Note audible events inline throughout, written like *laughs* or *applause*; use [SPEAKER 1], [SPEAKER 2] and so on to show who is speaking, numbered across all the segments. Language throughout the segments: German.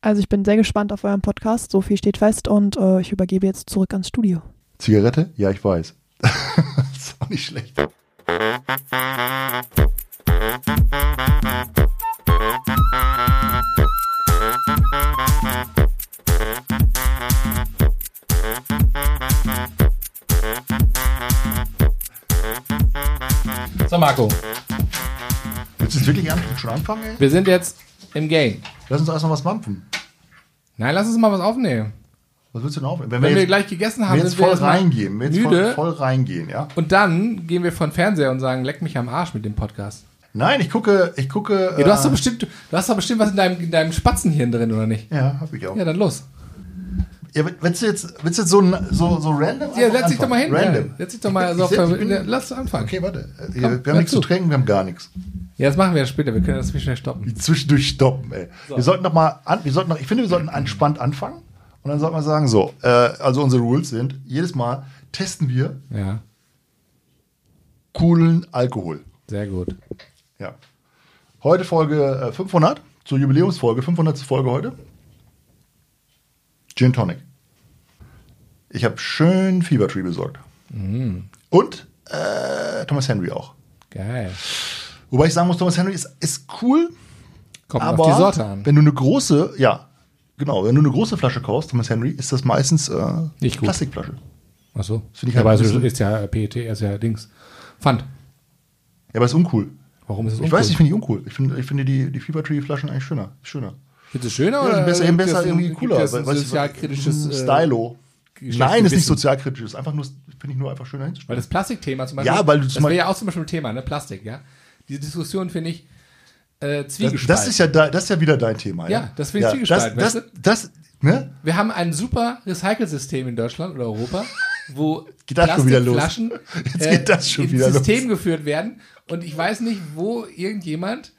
[SPEAKER 1] Also ich bin sehr gespannt auf euren Podcast. So viel steht fest und äh, ich übergebe jetzt zurück ans Studio.
[SPEAKER 2] Zigarette? Ja, ich weiß. *laughs* ist auch nicht schlecht.
[SPEAKER 3] So, Marco,
[SPEAKER 2] Willst du jetzt wirklich an- schon anfangen? Ey?
[SPEAKER 3] wir sind jetzt im Game.
[SPEAKER 2] Lass uns erst noch was mampfen.
[SPEAKER 3] Nein, lass uns mal was aufnehmen.
[SPEAKER 2] Was willst du denn aufnehmen?
[SPEAKER 3] Wenn wir gleich gegessen haben,
[SPEAKER 2] wenn wir jetzt
[SPEAKER 3] sind wir
[SPEAKER 2] voll
[SPEAKER 3] erstmal
[SPEAKER 2] reingehen, wenn wir jetzt
[SPEAKER 3] müde.
[SPEAKER 2] voll, voll reingehen, ja?
[SPEAKER 3] Und dann gehen wir vor den Fernseher und sagen, leck mich am Arsch mit dem Podcast.
[SPEAKER 2] Nein, ich gucke, ich gucke.
[SPEAKER 3] Ja,
[SPEAKER 2] äh,
[SPEAKER 3] du, hast doch bestimmt, du hast doch bestimmt was in deinem, in deinem Spatzenhirn drin, oder nicht?
[SPEAKER 2] Ja, hab ich auch.
[SPEAKER 3] Ja, dann los.
[SPEAKER 2] Ja, willst, du jetzt, willst du jetzt so, ein- so, so random?
[SPEAKER 3] Ja,
[SPEAKER 2] einfach
[SPEAKER 3] setz dich doch mal hin.
[SPEAKER 2] anfangen?
[SPEAKER 3] Ja,
[SPEAKER 2] Random.
[SPEAKER 3] setz dich doch mal so
[SPEAKER 2] Ich-
[SPEAKER 3] auf
[SPEAKER 2] ich- ich
[SPEAKER 3] der,
[SPEAKER 2] bin-
[SPEAKER 3] ja, Lass uns anfangen.
[SPEAKER 2] Okay, warte. Äh, wir
[SPEAKER 3] hör
[SPEAKER 2] haben nichts
[SPEAKER 3] zu.
[SPEAKER 2] zu trinken, wir haben gar nichts.
[SPEAKER 3] Ja, das machen wir später. Wir können das viel schnell stoppen.
[SPEAKER 2] Zwischendurch stoppen, ey. Wir sollten noch mal an, wir sollten noch, ich finde, wir sollten entspannt anfangen. Und dann sollten wir sagen, so, äh, also unsere Rules sind, jedes Mal testen wir
[SPEAKER 3] Ja,
[SPEAKER 2] coolen Alkohol.
[SPEAKER 3] sehr gut.
[SPEAKER 2] Ja. Heute Folge äh, 500, zur Jubiläumsfolge, 500. Folge heute. Gin Tonic. Ich habe schön Fever Tree besorgt.
[SPEAKER 3] Mm.
[SPEAKER 2] Und äh, Thomas Henry auch.
[SPEAKER 3] Geil.
[SPEAKER 2] Wobei ich sagen muss, Thomas Henry ist, ist cool,
[SPEAKER 3] Kommt
[SPEAKER 2] aber
[SPEAKER 3] auf die Sorte an.
[SPEAKER 2] wenn du eine große, ja, genau, wenn du eine große Flasche kaufst, Thomas Henry, ist das meistens äh,
[SPEAKER 3] Nicht gut.
[SPEAKER 2] Plastikflasche.
[SPEAKER 3] Achso.
[SPEAKER 2] Finde ich halt
[SPEAKER 3] Ja, aber
[SPEAKER 2] ein
[SPEAKER 3] es
[SPEAKER 2] bisschen-
[SPEAKER 3] ist ja PET, er ist ja Dings. Pfand.
[SPEAKER 2] Ja, aber ist uncool.
[SPEAKER 3] Warum ist es
[SPEAKER 2] Ich weiß, ich finde die uncool. Ich finde ich finde die, die Fever Tree Flaschen eigentlich schöner. schöner.
[SPEAKER 3] Findest du es schöner
[SPEAKER 2] Ja,
[SPEAKER 3] oder?
[SPEAKER 2] besser, eben
[SPEAKER 3] gibt es
[SPEAKER 2] besser
[SPEAKER 3] ein-
[SPEAKER 2] irgendwie
[SPEAKER 3] gibt
[SPEAKER 2] cooler.
[SPEAKER 3] es ein
[SPEAKER 2] weil- weißt du,
[SPEAKER 3] sozialkritisches.
[SPEAKER 2] ein
[SPEAKER 3] äh,
[SPEAKER 2] Stylo.
[SPEAKER 3] schlechtes
[SPEAKER 2] Nein, ist nicht
[SPEAKER 3] Gewissen.
[SPEAKER 2] sozialkritisch. Ist einfach nur, finde ich nur einfach schöner hinzustellen.
[SPEAKER 3] Weil das Plastikthema zum Beispiel.
[SPEAKER 2] Ja, weil du
[SPEAKER 3] das
[SPEAKER 2] zum
[SPEAKER 3] wäre ja auch zum Beispiel ein Thema, ne? Plastik, ja. Diese Diskussion finde ich äh,
[SPEAKER 2] Das,
[SPEAKER 3] zwiegespalten.
[SPEAKER 2] das ist ja da, das ist ja wieder dein Thema.
[SPEAKER 3] Ja, das finde ich
[SPEAKER 2] das,
[SPEAKER 3] zwiegespalten,
[SPEAKER 2] das,
[SPEAKER 3] weißt
[SPEAKER 2] das, ne?
[SPEAKER 3] Wir haben ein super Recycle-System in Deutschland oder Europa, wo
[SPEAKER 2] *laughs* Geht das schon wieder los?
[SPEAKER 3] Plastikflaschen
[SPEAKER 2] *laughs*
[SPEAKER 3] äh,
[SPEAKER 2] Jetzt geht das schon
[SPEAKER 3] ins
[SPEAKER 2] wieder los.
[SPEAKER 3] System geführt werden. Und ich weiß nicht, wo irgendjemand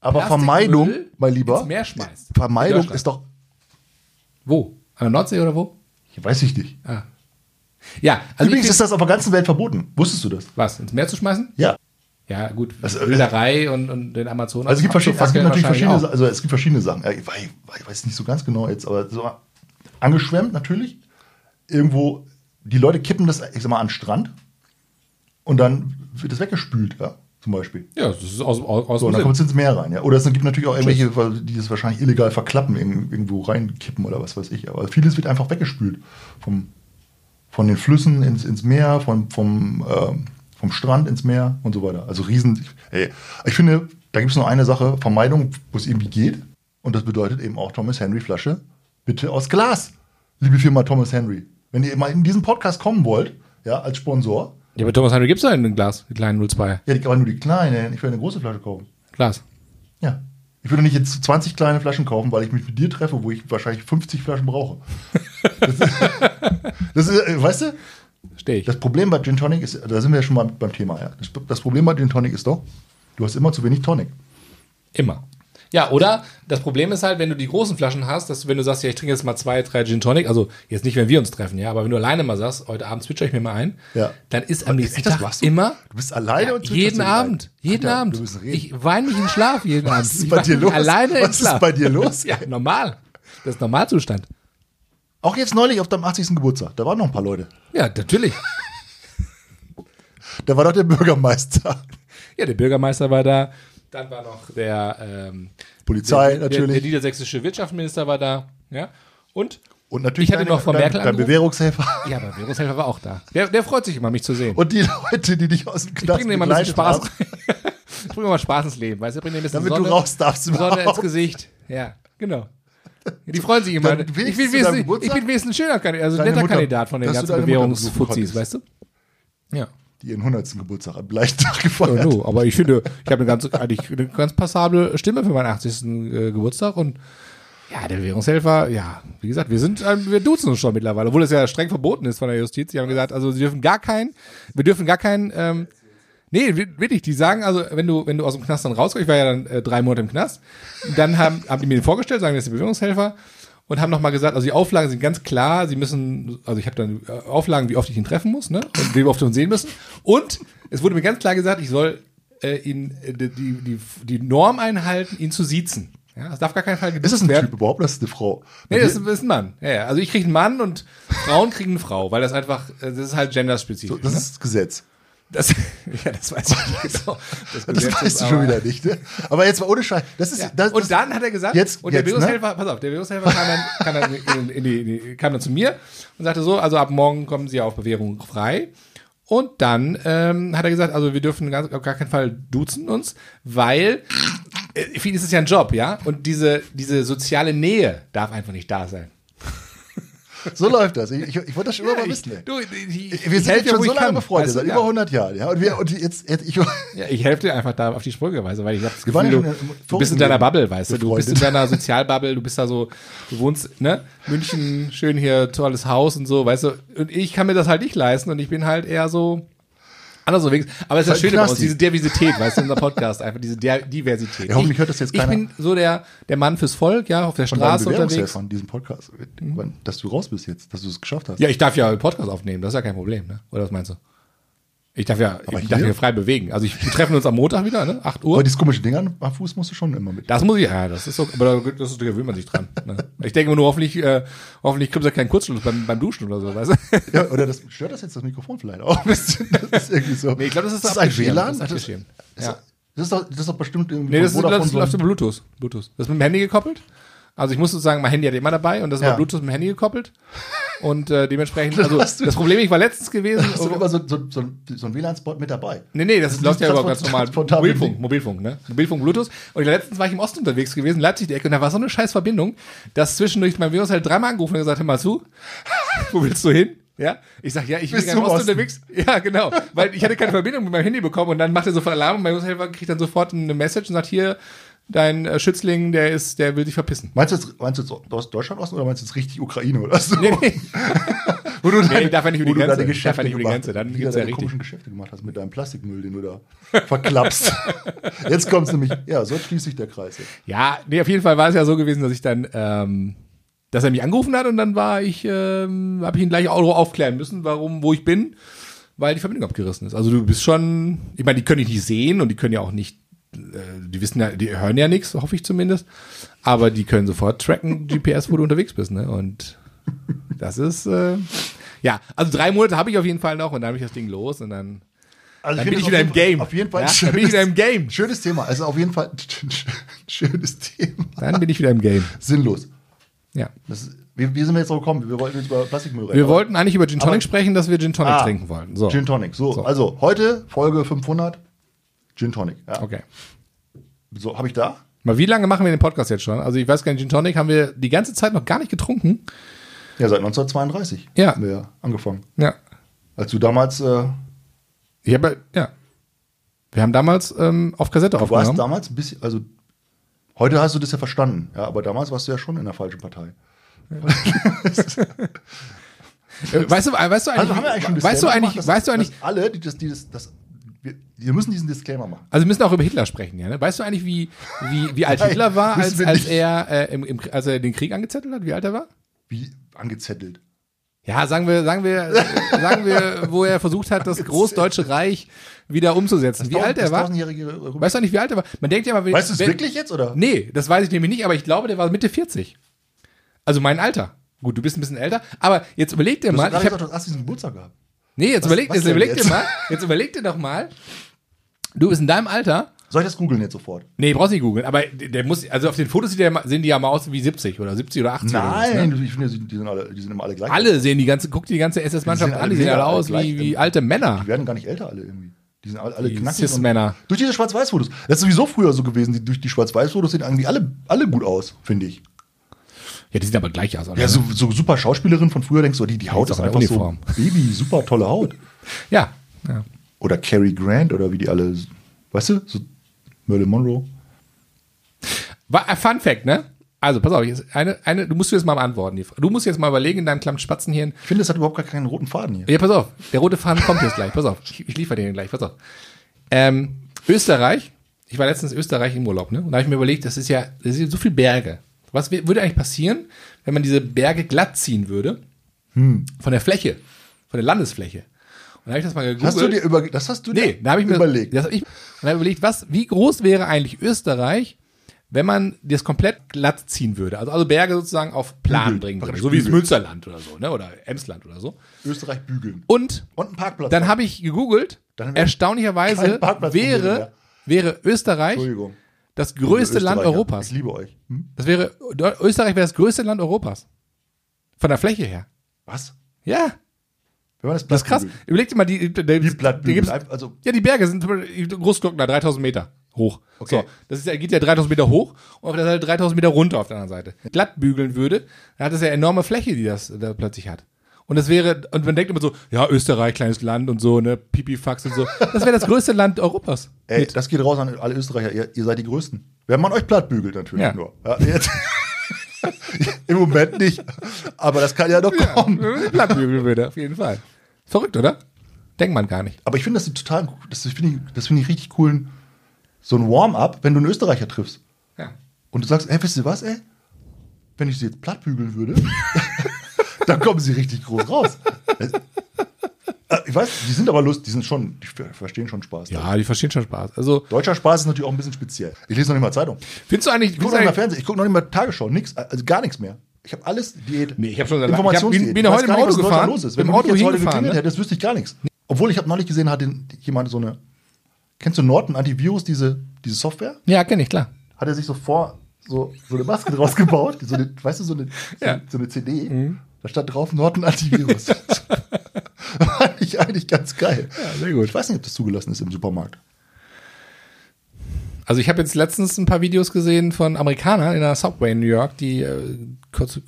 [SPEAKER 2] Aber
[SPEAKER 3] Plastikmüll
[SPEAKER 2] Vermeidung, mein Lieber.
[SPEAKER 3] ins Meer schmeißt. In
[SPEAKER 2] Vermeidung
[SPEAKER 3] Deutschland.
[SPEAKER 2] ist doch,
[SPEAKER 3] wo? An der Nordsee oder wo?
[SPEAKER 2] ich weiß ich nicht.
[SPEAKER 3] Ah. Ja, also
[SPEAKER 2] Übrigens
[SPEAKER 3] ich
[SPEAKER 2] ist das auf der ganzen Welt verboten. Wusstest du das?
[SPEAKER 3] was ins Meer zu schmeißen?
[SPEAKER 2] Ja.
[SPEAKER 3] Ja, gut,
[SPEAKER 2] Also, äh,
[SPEAKER 3] Wilderei und, und den Amazonas.
[SPEAKER 2] Also es gibt, verschiedene, es gibt
[SPEAKER 3] abzufackeln
[SPEAKER 2] natürlich verschiedene, Sa-
[SPEAKER 3] wahrscheinlich
[SPEAKER 2] also es gibt verschiedene Sachen. Ja, Ich weiß, ich weiß nicht so ganz genau jetzt, aber so angeschwemmt natürlich. Irgendwo, die Leute kippen das, ich sag mal, an den Strand und dann wird das weggespült, ja, zum Beispiel.
[SPEAKER 3] auch. Ja, das ist aus, aus, aus
[SPEAKER 2] So, und dann
[SPEAKER 3] dem
[SPEAKER 2] kommt
[SPEAKER 3] Sinn.
[SPEAKER 2] es ins Meer rein, ja. Oder es gibt natürlich auch irgendwelche, weil die das wahrscheinlich illegal verklappen, irg- irgendwo reinkippen oder was weiß ich. Aber vieles wird einfach weggespült. Vom, von den Flüssen ins, ins Meer, von, vom, ähm, vom Strand ins Meer und so weiter. Also riesen. Ey, ich finde, da gibt es nur eine Sache, Vermeidung, wo es irgendwie geht. Und das bedeutet eben auch Thomas Henry Flasche, bitte aus Glas, liebe Firma Thomas Henry. Wenn ihr mal in diesen Podcast kommen wollt, ja, als Sponsor,
[SPEAKER 3] Ja, aber Thomas Henry gibt's da in dem Glas, die kleinen 02.
[SPEAKER 2] ja, die- aber nur die kleine, ich will eine große Flasche kaufen.
[SPEAKER 3] Glas.
[SPEAKER 2] Ja. Ich würde nicht jetzt 20 kleine Flaschen kaufen, weil ich mich mit dir treffe, wo ich wahrscheinlich 50 Flaschen brauche. Das ist, *laughs* das ist äh, weißt du,
[SPEAKER 3] Stehe ich.
[SPEAKER 2] das Problem bei Gin Tonic ist, da sind wir ja schon mal beim Thema, ja. Das, das Problem bei Gin Tonic ist doch, du hast immer zu wenig Tonic.
[SPEAKER 3] Immer. Ja, oder das Problem ist halt, wenn du die großen Flaschen hast, dass du, wenn du sagst, ja, ich trinke jetzt mal zwei, drei Gin Tonic, also jetzt nicht, wenn wir uns treffen, ja, aber wenn du alleine mal sagst, heute Abend zwitscher ich mir mal ein,
[SPEAKER 2] Ja.
[SPEAKER 3] dann ist am nächsten
[SPEAKER 2] Echt, das
[SPEAKER 3] Tag
[SPEAKER 2] machst du?
[SPEAKER 3] immer
[SPEAKER 2] Du bist alleine und zwitscherst
[SPEAKER 3] jeden
[SPEAKER 2] dir die ein.
[SPEAKER 3] Abend, jeden
[SPEAKER 2] Alter,
[SPEAKER 3] Abend.
[SPEAKER 2] Wir müssen reden.
[SPEAKER 3] Ich weine mich in den Schlaf jeden Abend.
[SPEAKER 2] Was ist
[SPEAKER 3] Ich
[SPEAKER 2] bei
[SPEAKER 3] weine
[SPEAKER 2] dir
[SPEAKER 3] mich
[SPEAKER 2] los?
[SPEAKER 3] Alleine in den
[SPEAKER 2] Was
[SPEAKER 3] Schlaf.
[SPEAKER 2] ist bei dir los?
[SPEAKER 3] Ja, normal. Das ist Normalzustand.
[SPEAKER 2] Auch jetzt neulich auf deinem 80. Geburtstag, da waren noch ein paar Leute.
[SPEAKER 3] Ja, natürlich.
[SPEAKER 2] Da war doch der Bürgermeister.
[SPEAKER 3] Ja, der Bürgermeister war da. Dann war noch der ähm,
[SPEAKER 2] Polizei
[SPEAKER 3] der, Der, der
[SPEAKER 2] natürlich.
[SPEAKER 3] niedersächsische Wirtschaftsminister war da. Ja. Und?
[SPEAKER 2] und natürlich
[SPEAKER 3] Ich hatte noch von
[SPEAKER 2] dein,
[SPEAKER 3] Merkel
[SPEAKER 2] dein
[SPEAKER 3] angerufen.
[SPEAKER 2] Bewährungshelfer.
[SPEAKER 3] Ja, aber Währungshelfer war auch da. Der, der freut sich immer, mich zu sehen.
[SPEAKER 2] Und die Leute, die dich aus dem
[SPEAKER 3] ich
[SPEAKER 2] Knast
[SPEAKER 3] bringe dir mal ein bisschen
[SPEAKER 2] begleitet
[SPEAKER 3] Spaß.
[SPEAKER 2] haben.
[SPEAKER 3] *laughs* ich bringe mal Spaß ins Leben, weißt du? Ich bringe dir ein bisschen
[SPEAKER 2] Damit du
[SPEAKER 3] Sonne,
[SPEAKER 2] raus darfst
[SPEAKER 3] Sonne ins
[SPEAKER 2] überhaupt.
[SPEAKER 3] Gesicht. Ja, genau. Die freuen sich immer.
[SPEAKER 2] Dann
[SPEAKER 3] Ich bin,
[SPEAKER 2] wenigstens zu deinem
[SPEAKER 3] wesentlich, ich
[SPEAKER 2] Geburtstag
[SPEAKER 3] bin wesentlich schöner Kandidat, also
[SPEAKER 2] deine
[SPEAKER 3] netter
[SPEAKER 2] Mutter-
[SPEAKER 3] Kandidat von den
[SPEAKER 2] dass du
[SPEAKER 3] ganzen
[SPEAKER 2] deine Mutter besuchen
[SPEAKER 3] Bewährungsfuzis,
[SPEAKER 2] konntest.
[SPEAKER 3] weißt du? Ja.
[SPEAKER 2] die ihren 100. Geburtstag am gleichen Tag gefeiert.
[SPEAKER 3] Ja, nu, Äh, aber ich finde, ich habe eine ganz, eigentlich eine ganz passable Stimme für meinen 80. äh, Geburtstag und ja, der Währungshelfer, ja, wie gesagt, wir sind, ähm, wir duzen uns schon mittlerweile, obwohl das ja streng verboten ist von der Justiz. Die haben gesagt, also sie dürfen gar keinen, wir dürfen gar keinen, ähm, nee, wir- wirklich, die sagen, also wenn du, wenn du aus dem Knast dann rauskommst, ich war ja dann äh, drei Monate im Knast, dann haben, *laughs* haben die mir den vorgestellt, sagen, das ist der Bewährungshelfer und haben nochmal gesagt, also die Auflagen sind ganz klar, sie müssen, also ich habe dann äh, Auflagen, wie oft ich ihn treffen muss, ne, und wie oft wir uns sehen müssen und es wurde mir ganz klar gesagt, ich soll äh, ihn, äh, die, die, die Norm einhalten, ihn zu siezen. Ja, das darf gar keinen Fall geduzt
[SPEAKER 2] Ist das ein
[SPEAKER 3] werden.
[SPEAKER 2] Typ überhaupt? Das ist eine Frau.
[SPEAKER 3] Nee, das ist, ist ein Mann. Ja, ja. Also ich kriege einen Mann und Frauen kriegen eine Frau, weil das einfach, äh, das ist halt genderspezifisch.
[SPEAKER 2] das ist Gesetz.
[SPEAKER 3] Das, *laughs* ja, das weiß ich nicht genau.
[SPEAKER 2] Das
[SPEAKER 3] Gesetz
[SPEAKER 2] weißt
[SPEAKER 3] ist
[SPEAKER 2] du schon
[SPEAKER 3] aber-
[SPEAKER 2] wieder nicht. Ne? Aber jetzt mal ohne Scheiß. Das ist,
[SPEAKER 3] Ja.
[SPEAKER 2] das,
[SPEAKER 3] und dann hat er gesagt,
[SPEAKER 2] Jetzt-
[SPEAKER 3] und der
[SPEAKER 2] jetzt, ne?
[SPEAKER 3] Währungshelfer, pass auf, der Währungshelfer kam dann, kam, dann in, in die, in die, kam dann zu mir und sagte so, also ab morgen kommen sie auf Bewährung frei. Und dann ähm, hat er gesagt, also wir dürfen ganz, auf gar keinen Fall duzen uns, weil äh, für ihn ist es ja ein Job, ja? Und diese, diese soziale Nähe darf einfach nicht da sein.
[SPEAKER 2] so läuft das. Ich, ich, ich wollte das schon immer mal
[SPEAKER 3] ich,
[SPEAKER 2] wissen. ey.
[SPEAKER 3] du, ich,
[SPEAKER 2] Ich- Wir
[SPEAKER 3] ich
[SPEAKER 2] sind
[SPEAKER 3] helf
[SPEAKER 2] jetzt
[SPEAKER 3] dir,
[SPEAKER 2] schon
[SPEAKER 3] wo
[SPEAKER 2] so
[SPEAKER 3] ich
[SPEAKER 2] lange
[SPEAKER 3] kann.
[SPEAKER 2] befreundet,
[SPEAKER 3] Weißt du,
[SPEAKER 2] seit
[SPEAKER 3] ja.
[SPEAKER 2] über 100 Jahren. Ja? Und, wir, und jetzt, jetzt, ich,
[SPEAKER 3] Ja, ich helfe dir einfach da auf die Sprünge, weißt du, weil ich habe das
[SPEAKER 2] waren
[SPEAKER 3] Gefühl,
[SPEAKER 2] ja
[SPEAKER 3] du,
[SPEAKER 2] schon im
[SPEAKER 3] du bist
[SPEAKER 2] vorigen
[SPEAKER 3] in deiner
[SPEAKER 2] Leben
[SPEAKER 3] Bubble, weißt du, du bist in
[SPEAKER 2] befreundet.
[SPEAKER 3] deiner Sozialbubble, du bist da so, du wohnst, ne, München, schön hier, tolles Haus und so, weißt du, und ich kann mir das halt nicht leisten und ich bin halt eher so anders unterwegs. Aber es ist das
[SPEAKER 2] Halt
[SPEAKER 3] Schöne bei uns,
[SPEAKER 2] Knasti.
[SPEAKER 3] diese Diversität, weißt du, unser Podcast, einfach diese Di- Diversität.
[SPEAKER 2] Ja, hoffentlich hört das jetzt keiner.
[SPEAKER 3] Ich bin so der, der Mann fürs Volk, ja, auf der
[SPEAKER 2] von deinem
[SPEAKER 3] Straße unterwegs. Mhm.
[SPEAKER 2] Bewährungshelfer in diesem Podcast, wann- dass du raus bist jetzt, dass du es geschafft hast.
[SPEAKER 3] Ja, ich darf ja einen Podcast aufnehmen, das ist ja kein Problem, ne? Oder was meinst du? Ich darf ja, ich darf
[SPEAKER 2] hier? Oh,
[SPEAKER 3] ja frei bewegen. Also ich, wir treffen uns am Montag wieder, ne? 8 Uhr.
[SPEAKER 2] Aber dieses komische Ding an am Fuß musst du schon immer mit.
[SPEAKER 3] Das muss ich, ja, das ist so, aber da, das ist, da gewöhnt man sich dran. Ne? Ich denke mir nur, hoffentlich, äh, hoffentlich kriegst du keinen Kurzschluss beim, beim Duschen oder so, weißt du?
[SPEAKER 2] Ja, oder das, stört das jetzt das Mikrofon vielleicht auch ein bisschen? Das ist irgendwie so.
[SPEAKER 3] Nee, ich glaub, das ist
[SPEAKER 2] ein
[SPEAKER 3] abgeschirmt,
[SPEAKER 2] WLAN.
[SPEAKER 3] das ist
[SPEAKER 2] Das ist,
[SPEAKER 3] abgeschirmt.
[SPEAKER 2] das,
[SPEAKER 3] Ja.
[SPEAKER 2] ist, das, ist doch, das ist doch bestimmt irgendwie
[SPEAKER 3] *laughs* Nee,
[SPEAKER 2] von
[SPEAKER 3] das, ist,
[SPEAKER 2] Vodafone
[SPEAKER 3] das
[SPEAKER 2] so ein-
[SPEAKER 3] läuft über Bluetooth. Bluetooth. Das ist mit dem Handy gekoppelt. Also ich muss sozusagen, mein Handy hat immer dabei und das ist
[SPEAKER 2] Ja.
[SPEAKER 3] mit Bluetooth mit dem Handy gekoppelt. Und
[SPEAKER 2] *laughs*
[SPEAKER 3] äh, dementsprechend, also
[SPEAKER 2] hast du-
[SPEAKER 3] das Problem, ich war letztens gewesen.
[SPEAKER 2] *laughs* hast du immer so, so, so, ein- so ein WLAN-Spot mit dabei.
[SPEAKER 3] Nee, nee, das, läuft ja
[SPEAKER 2] Transport-
[SPEAKER 3] über ganz normal.
[SPEAKER 2] transportabel
[SPEAKER 3] Mobilfunk,
[SPEAKER 2] Ding.
[SPEAKER 3] Mobilfunk, ne? Mobilfunk, Bluetooth. Und letztens war ich im Osten unterwegs gewesen, Leipzig die Ecke, und da war so eine scheiß Verbindung, dass zwischendurch mein Virus halt dreimal angerufen und gesagt, hör mal zu, wo willst du hin? Ja, ich sag, ja, ich bin
[SPEAKER 2] Bist
[SPEAKER 3] gerne im
[SPEAKER 2] du im
[SPEAKER 3] Osten
[SPEAKER 2] Osten?
[SPEAKER 3] unterwegs. Ja, genau. Weil ich hatte keine Verbindung mit meinem Handy bekommen und dann macht er sofort Alarm und mein Virushelfer kriegt dann sofort eine Message und sagt, hier, dein äh, Schützling, der ist, der will
[SPEAKER 2] *laughs*
[SPEAKER 3] dich verpissen.
[SPEAKER 2] Meinst du jetzt, meinst du jetzt aus Deutschland aus oder meinst du jetzt richtig Ukraine oder so?
[SPEAKER 3] *laughs* Nee, nee.
[SPEAKER 2] Wo du
[SPEAKER 3] Nee, darf er nicht über
[SPEAKER 2] wo
[SPEAKER 3] die
[SPEAKER 2] du
[SPEAKER 3] Grenze.
[SPEAKER 2] deine
[SPEAKER 3] Darf
[SPEAKER 2] Geschäfte
[SPEAKER 3] er nicht über die
[SPEAKER 2] gemacht-
[SPEAKER 3] Grenze, dann
[SPEAKER 2] wie
[SPEAKER 3] geht's
[SPEAKER 2] du
[SPEAKER 3] ja
[SPEAKER 2] deine
[SPEAKER 3] richtig.
[SPEAKER 2] komischen Geschäfte gemacht hast mit deinem Plastikmüll, den du
[SPEAKER 3] *laughs*
[SPEAKER 2] da verklappst. jetzt kommst du nämlich, ja, so schließt sich der Kreis. jetzt.
[SPEAKER 3] Ja, nee, auf jeden Fall war es ja so gewesen, dass ich dann, ähm, dass er mich angerufen hat und dann war ich, ähm, habe ich ihn gleich auch aufklären müssen, warum, wo ich bin, weil die Verbindung abgerissen ist. Also du bist schon, ich meine, die können dich nicht sehen und die können ja auch nicht, äh, die wissen ja, die hören ja nichts, hoffe ich zumindest, aber die können sofort tracken, *laughs* GPS, wo du unterwegs bist, ne? Und das ist, äh, ja, also drei Monate habe ich auf jeden Fall noch und dann habe ich das Ding los und dann,
[SPEAKER 2] Also
[SPEAKER 3] dann
[SPEAKER 2] ich
[SPEAKER 3] bin ich
[SPEAKER 2] finde
[SPEAKER 3] wieder im
[SPEAKER 2] das auf jeden
[SPEAKER 3] Game.
[SPEAKER 2] Fall- Auf jeden Fall
[SPEAKER 3] ja,
[SPEAKER 2] ein
[SPEAKER 3] dann bin ich wieder im Game.
[SPEAKER 2] schönes Thema. Also auf jeden Fall ein schönes Thema.
[SPEAKER 3] Dann bin ich wieder im Game.
[SPEAKER 2] Sinnlos.
[SPEAKER 3] Ja.
[SPEAKER 2] Das ist, wie, wie sind wir jetzt drauf gekommen? Wir wollten jetzt über Plastikmüll reden.
[SPEAKER 3] Wir wollten eigentlich über Gin Tonic
[SPEAKER 2] Aber-
[SPEAKER 3] sprechen, dass wir Gin Tonic
[SPEAKER 2] Ah,
[SPEAKER 3] trinken wollten. So.
[SPEAKER 2] Gin Tonic. So, also heute Folge 500 Gin Tonic. Ja.
[SPEAKER 3] Okay.
[SPEAKER 2] So, habe ich da?
[SPEAKER 3] Mal, wie lange machen wir den Podcast jetzt schon? Also ich weiß gar nicht, Gin Tonic haben wir die ganze Zeit noch gar nicht getrunken.
[SPEAKER 2] Ja, seit 1932
[SPEAKER 3] Ja.
[SPEAKER 2] haben wir angefangen.
[SPEAKER 3] Ja.
[SPEAKER 2] Als du damals, äh, du
[SPEAKER 3] Ich habe, ja. Wir haben damals ähm, auf Kassette
[SPEAKER 2] warst
[SPEAKER 3] aufgenommen.
[SPEAKER 2] damals ein bisschen, also heute hast du das ja verstanden, ja, aber damals warst du ja schon in der falschen Partei.
[SPEAKER 3] Äh, weißt du,
[SPEAKER 2] Also,
[SPEAKER 3] äh, weißt du eigentlich, weißt du
[SPEAKER 2] Disclaimer
[SPEAKER 3] eigentlich,
[SPEAKER 2] gemacht, dass-
[SPEAKER 3] weißt du eigentlich,
[SPEAKER 2] dass alle, die das, die das, das wir, wir müssen diesen Disclaimer machen.
[SPEAKER 3] also wir müssen auch über Hitler sprechen, ja, ne? Weißt du eigentlich, wie, wie, wie
[SPEAKER 2] *laughs*
[SPEAKER 3] alt
[SPEAKER 2] Nein,
[SPEAKER 3] Hitler war,
[SPEAKER 2] müssen
[SPEAKER 3] als,
[SPEAKER 2] wir
[SPEAKER 3] als
[SPEAKER 2] nicht.
[SPEAKER 3] er, äh, im, im, als er den Krieg angezettelt hat, wie alt er war?
[SPEAKER 2] Wie angezettelt.
[SPEAKER 3] Ja, sagen wir, sagen wir, sagen wir, wo er versucht hat,
[SPEAKER 2] *laughs*
[SPEAKER 3] das Großdeutsche Reich wieder umzusetzen. Wie alt er
[SPEAKER 2] Das
[SPEAKER 3] war?
[SPEAKER 2] tausendjährige Republik-
[SPEAKER 3] Weißt du nicht, wie alt er war? Man denkt ja mal, wenn-
[SPEAKER 2] Weißt du es
[SPEAKER 3] wenn-
[SPEAKER 2] wirklich jetzt oder?
[SPEAKER 3] Nee, das weiß ich nämlich nicht, aber ich glaube, der war Mitte 40. Also mein Alter. Gut, du bist ein bisschen älter, aber jetzt überleg dir
[SPEAKER 2] Du
[SPEAKER 3] mal,
[SPEAKER 2] hast
[SPEAKER 3] ich
[SPEAKER 2] gerade
[SPEAKER 3] hab,
[SPEAKER 2] gesagt, du hast diesen Geburtstag gehabt.
[SPEAKER 3] nee, jetzt
[SPEAKER 2] was-
[SPEAKER 3] überleg,
[SPEAKER 2] was
[SPEAKER 3] jetzt
[SPEAKER 2] denn
[SPEAKER 3] überleg
[SPEAKER 2] jetzt?
[SPEAKER 3] dir mal, jetzt überleg dir doch mal, du bist in deinem Alter,
[SPEAKER 2] Soll ich das googeln jetzt sofort?
[SPEAKER 3] nee, brauchst nicht googeln, aber der der muss, also auf den Fotos sieht der, mal- sehen die ja mal aus wie 70 oder 70 oder 80 oder sowas, ne?
[SPEAKER 2] ich finde, die sind, alle, die sind immer alle gleich.
[SPEAKER 3] Alle sehen die ganze, guck dir die ganze
[SPEAKER 2] Die
[SPEAKER 3] SS-Mannschaft
[SPEAKER 2] sehen
[SPEAKER 3] an,
[SPEAKER 2] alle
[SPEAKER 3] die sehen alle
[SPEAKER 2] mega
[SPEAKER 3] aus wie,
[SPEAKER 2] gleich.
[SPEAKER 3] wie alte Männer.
[SPEAKER 2] Die werden gar nicht älter, alle irgendwie. Die sind alle, alle
[SPEAKER 3] Die
[SPEAKER 2] knackig. und-
[SPEAKER 3] Cis-Männer.
[SPEAKER 2] Durch diese Schwarz-Weiß-Fotos. Das ist sowieso früher so gewesen. Die, durch die Schwarz-Weiß-Fotos sehen irgendwie alle, alle gut aus, finde ich.
[SPEAKER 3] Ja, die sehen aber gleich aus. Oder?
[SPEAKER 2] Ja, so, so super Schauspielerin von früher denkst du, die, die Haut
[SPEAKER 3] ist
[SPEAKER 2] ist
[SPEAKER 3] auch eine
[SPEAKER 2] einfach
[SPEAKER 3] Uniform.
[SPEAKER 2] so Baby, super tolle Haut.
[SPEAKER 3] ja. ja.
[SPEAKER 2] Oder Cary Grant oder wie die alle, weißt du, so Marilyn Monroe.
[SPEAKER 3] Wa- äh, Fun Fact, ne? Also, pass auf, jetzt eine, eine, du musst jetzt mal beantworten. die Fra- Du musst jetzt mal überlegen in deinem kleinen Spatzenhirn.
[SPEAKER 2] Ich finde, das hat überhaupt gar keinen roten Faden hier.
[SPEAKER 3] Ja, pass auf, der rote Faden kommt jetzt gleich. Pass auf, ich, ich liefere den gleich, pass auf. Ähm, Österreich, ich war letztens in Österreich im Urlaub, ne? Und da habe ich mir überlegt, das ist ja, das sind so viele Berge. Was wär- würde eigentlich passieren, wenn man diese Berge glatt ziehen würde?
[SPEAKER 2] Hm.
[SPEAKER 3] Von der Fläche, von der Landesfläche. Und da habe ich das mal gegoogelt.
[SPEAKER 2] Hast du dir über, das hast du dir
[SPEAKER 3] Nee, da habe ich mir
[SPEAKER 2] überlegt.
[SPEAKER 3] Das hab ich, und da hab ich überlegt, was, wie groß wäre eigentlich Österreich, wenn man das komplett glatt ziehen würde, also, also Berge sozusagen auf Plan
[SPEAKER 2] Hügel,
[SPEAKER 3] bringen würde,
[SPEAKER 2] praktisch
[SPEAKER 3] so wie das
[SPEAKER 2] Hügel.
[SPEAKER 3] Münsterland oder so, ne? oder Emsland oder so.
[SPEAKER 2] Österreich bügeln.
[SPEAKER 3] Und
[SPEAKER 2] Und einen Parkplatz.
[SPEAKER 3] dann habe ich gegoogelt,
[SPEAKER 2] Dann haben wir
[SPEAKER 3] erstaunlicherweise
[SPEAKER 2] keinen Parkplatz gefunden, ja.
[SPEAKER 3] wäre, wäre Österreich
[SPEAKER 2] Entschuldigung.
[SPEAKER 3] das größte
[SPEAKER 2] Liebe
[SPEAKER 3] Land
[SPEAKER 2] Österreicher,
[SPEAKER 3] Europas.
[SPEAKER 2] Ich liebe euch. Hm?
[SPEAKER 3] Das wäre, Deu- Österreich wäre das größte Land Europas. Von der Fläche her.
[SPEAKER 2] Was?
[SPEAKER 3] Ja,
[SPEAKER 2] Wenn man das,
[SPEAKER 3] das ist krass.
[SPEAKER 2] Plattbügeln-
[SPEAKER 3] Überleg dir mal, die, die, die,
[SPEAKER 2] Plattbügel,
[SPEAKER 3] gibt's-
[SPEAKER 2] ein- also-
[SPEAKER 3] ja, die Berge sind zum Beispiel- Großglockner, 3000 Meter hoch.
[SPEAKER 2] Okay.
[SPEAKER 3] So, das ist, ja- geht ja 3000 Meter hoch und auf der Seite 3000 Meter runter auf der anderen Seite. Glatt bügeln würde, dann hat es ja enorme Fläche, die das da plötzlich hat. Und das wäre, und man denkt immer so, ja, Österreich, kleines Land und so, ne, Pipifax und so. Das wäre das größte Land Europas.
[SPEAKER 2] Ey, das geht raus an alle Österreicher. Ihr, ihr seid die Größten. Wenn man euch plattbügelt natürlich
[SPEAKER 3] Ja.
[SPEAKER 2] nur. Ja, jetzt. *laughs* Im Moment nicht. Aber das kann ja noch
[SPEAKER 3] Ja,
[SPEAKER 2] kommen.
[SPEAKER 3] wenn man die Platt bügeln würde, auf jeden Fall. Verrückt, oder? Denkt man gar nicht.
[SPEAKER 2] Aber ich finde das ist total, das finde ich, das finde ich richtig coolen, so ein Warm-up, wenn du einen Österreicher triffst
[SPEAKER 3] Ja.
[SPEAKER 2] und du sagst, ey, wisst ihr was, ey? Wenn ich sie jetzt plattbügeln würde, *laughs* dann kommen sie richtig groß raus. Das- Äh, Ich weiß, die sind aber lustig, die sind schon, die ver- verstehen schon Spaß.
[SPEAKER 3] Ja, die verstehen schon Spaß. Also,
[SPEAKER 2] Deutscher Spaß ist natürlich auch ein bisschen speziell. Ich lese noch nicht mal Zeitung.
[SPEAKER 3] findest du eigentlich.
[SPEAKER 2] Ich gucke noch
[SPEAKER 3] Findest du
[SPEAKER 2] nicht mal
[SPEAKER 3] eigentlich
[SPEAKER 2] Fernsehen, ich gucke noch nicht mal Tagesschau, nix, also gar nichts mehr. Ich habe alles Diät.
[SPEAKER 3] Nee, ich hab schon seit-
[SPEAKER 2] Informationsdiät.
[SPEAKER 3] ich hab- bin- bin
[SPEAKER 2] Ich weiß
[SPEAKER 3] heute
[SPEAKER 2] gar
[SPEAKER 3] im
[SPEAKER 2] nicht, was
[SPEAKER 3] Auto
[SPEAKER 2] in Deutschland
[SPEAKER 3] gefahren,
[SPEAKER 2] Los ist.
[SPEAKER 3] bin
[SPEAKER 2] Wenn
[SPEAKER 3] im
[SPEAKER 2] du mich
[SPEAKER 3] Auto
[SPEAKER 2] jetzt heute
[SPEAKER 3] hingefahren,
[SPEAKER 2] geklingelt
[SPEAKER 3] ne?
[SPEAKER 2] hättest, wüsste ich gar nichts. Obwohl ich habe neulich gesehen, hat den, jemand so eine Kennst du Norton Antivirus diese diese Software?
[SPEAKER 3] ja, kenne ich, klar.
[SPEAKER 2] Hat er sich so vor so, so eine Maske *laughs* draus gebaut, so eine, weißt du, so eine, so,
[SPEAKER 3] Ja. Mhm.
[SPEAKER 2] so eine CD. Da stand drauf Norton Antivirus.
[SPEAKER 3] *laughs*
[SPEAKER 2] Fand ich eigentlich ganz geil.
[SPEAKER 3] sehr gut.
[SPEAKER 2] Ich weiß nicht, ob das zugelassen ist im Supermarkt.
[SPEAKER 3] Also ich habe jetzt letztens ein paar Videos gesehen von Amerikanern in der Subway in New York, die äh, kurze,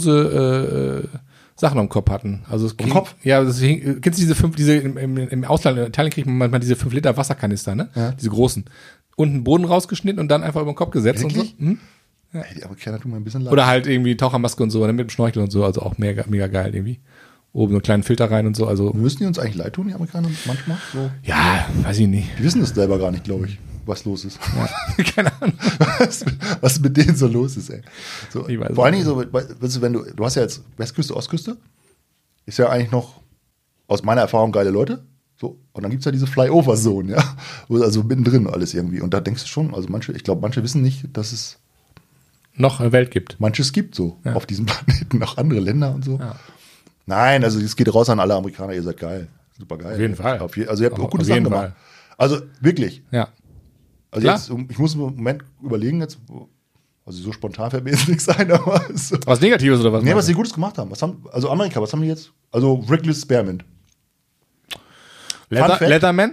[SPEAKER 3] abstruse äh, Sachen am Kopf hatten. Also es ging,
[SPEAKER 2] Kopf?
[SPEAKER 3] Ja, das hing, äh, kennst du diese fünf, diese im, im, im Ausland, in Italien kriegt man manchmal diese fünf Liter Wasserkanister, ne?
[SPEAKER 2] Ja.
[SPEAKER 3] Diese großen. Unten Boden rausgeschnitten und dann einfach über den Kopf gesetzt
[SPEAKER 2] Wirklich?
[SPEAKER 3] und so. Hm?
[SPEAKER 2] Ey, die Amerikaner tun mir ein bisschen leid.
[SPEAKER 3] Oder halt irgendwie Tauchermaske und so, ne? mit dem Schnorchel und so, also auch mega, mega geil irgendwie. Oben so einen kleinen Filter rein und so, also
[SPEAKER 2] Müssen die uns eigentlich leid tun, die Amerikaner manchmal? So.
[SPEAKER 3] ja, weiß ich nicht. *laughs*
[SPEAKER 2] Die wissen das selber gar nicht, glaube ich, was los ist.
[SPEAKER 3] Keine Ahnung.
[SPEAKER 2] *laughs* was, was mit denen so los ist, ey. So,
[SPEAKER 3] Ich weiß
[SPEAKER 2] vor allen
[SPEAKER 3] auch
[SPEAKER 2] Dingen, so, we- weißt du, wenn du, du hast ja jetzt Westküste, Ostküste, ist ja eigentlich noch aus meiner Erfahrung geile Leute. So, und dann gibt es ja diese Flyover-Zone, ja. Wo- Also mittendrin alles irgendwie. Und da denkst du schon, also manche, ich glaube, manche wissen nicht, dass es
[SPEAKER 3] Noch eine Welt gibt.
[SPEAKER 2] manches gibt so
[SPEAKER 3] Ja.
[SPEAKER 2] auf diesem *laughs* Planeten, auch andere Länder und so.
[SPEAKER 3] Ja.
[SPEAKER 2] Nein, also es geht raus an alle Amerikaner, ihr seid geil. Super geil.
[SPEAKER 3] Auf jeden Fall.
[SPEAKER 2] Auf je, also ihr habt
[SPEAKER 3] Auf-
[SPEAKER 2] auch gute
[SPEAKER 3] auf
[SPEAKER 2] Sachen
[SPEAKER 3] jeden
[SPEAKER 2] gemacht. Also wirklich,
[SPEAKER 3] Ja.
[SPEAKER 2] also
[SPEAKER 3] Klar.
[SPEAKER 2] jetzt, um- ich muss im Moment überlegen, jetzt, wo- also so spontan fällt mir jetzt *laughs* nichts ein, aber so.
[SPEAKER 3] Was Negatives oder was?
[SPEAKER 2] Nee,
[SPEAKER 3] meinst
[SPEAKER 2] was sie Gutes gemacht haben. Was haben. Also Amerika, was haben die jetzt? Also Reckless Spearmint.
[SPEAKER 3] du? Leather,
[SPEAKER 2] Fun Fact.
[SPEAKER 3] Leatherman?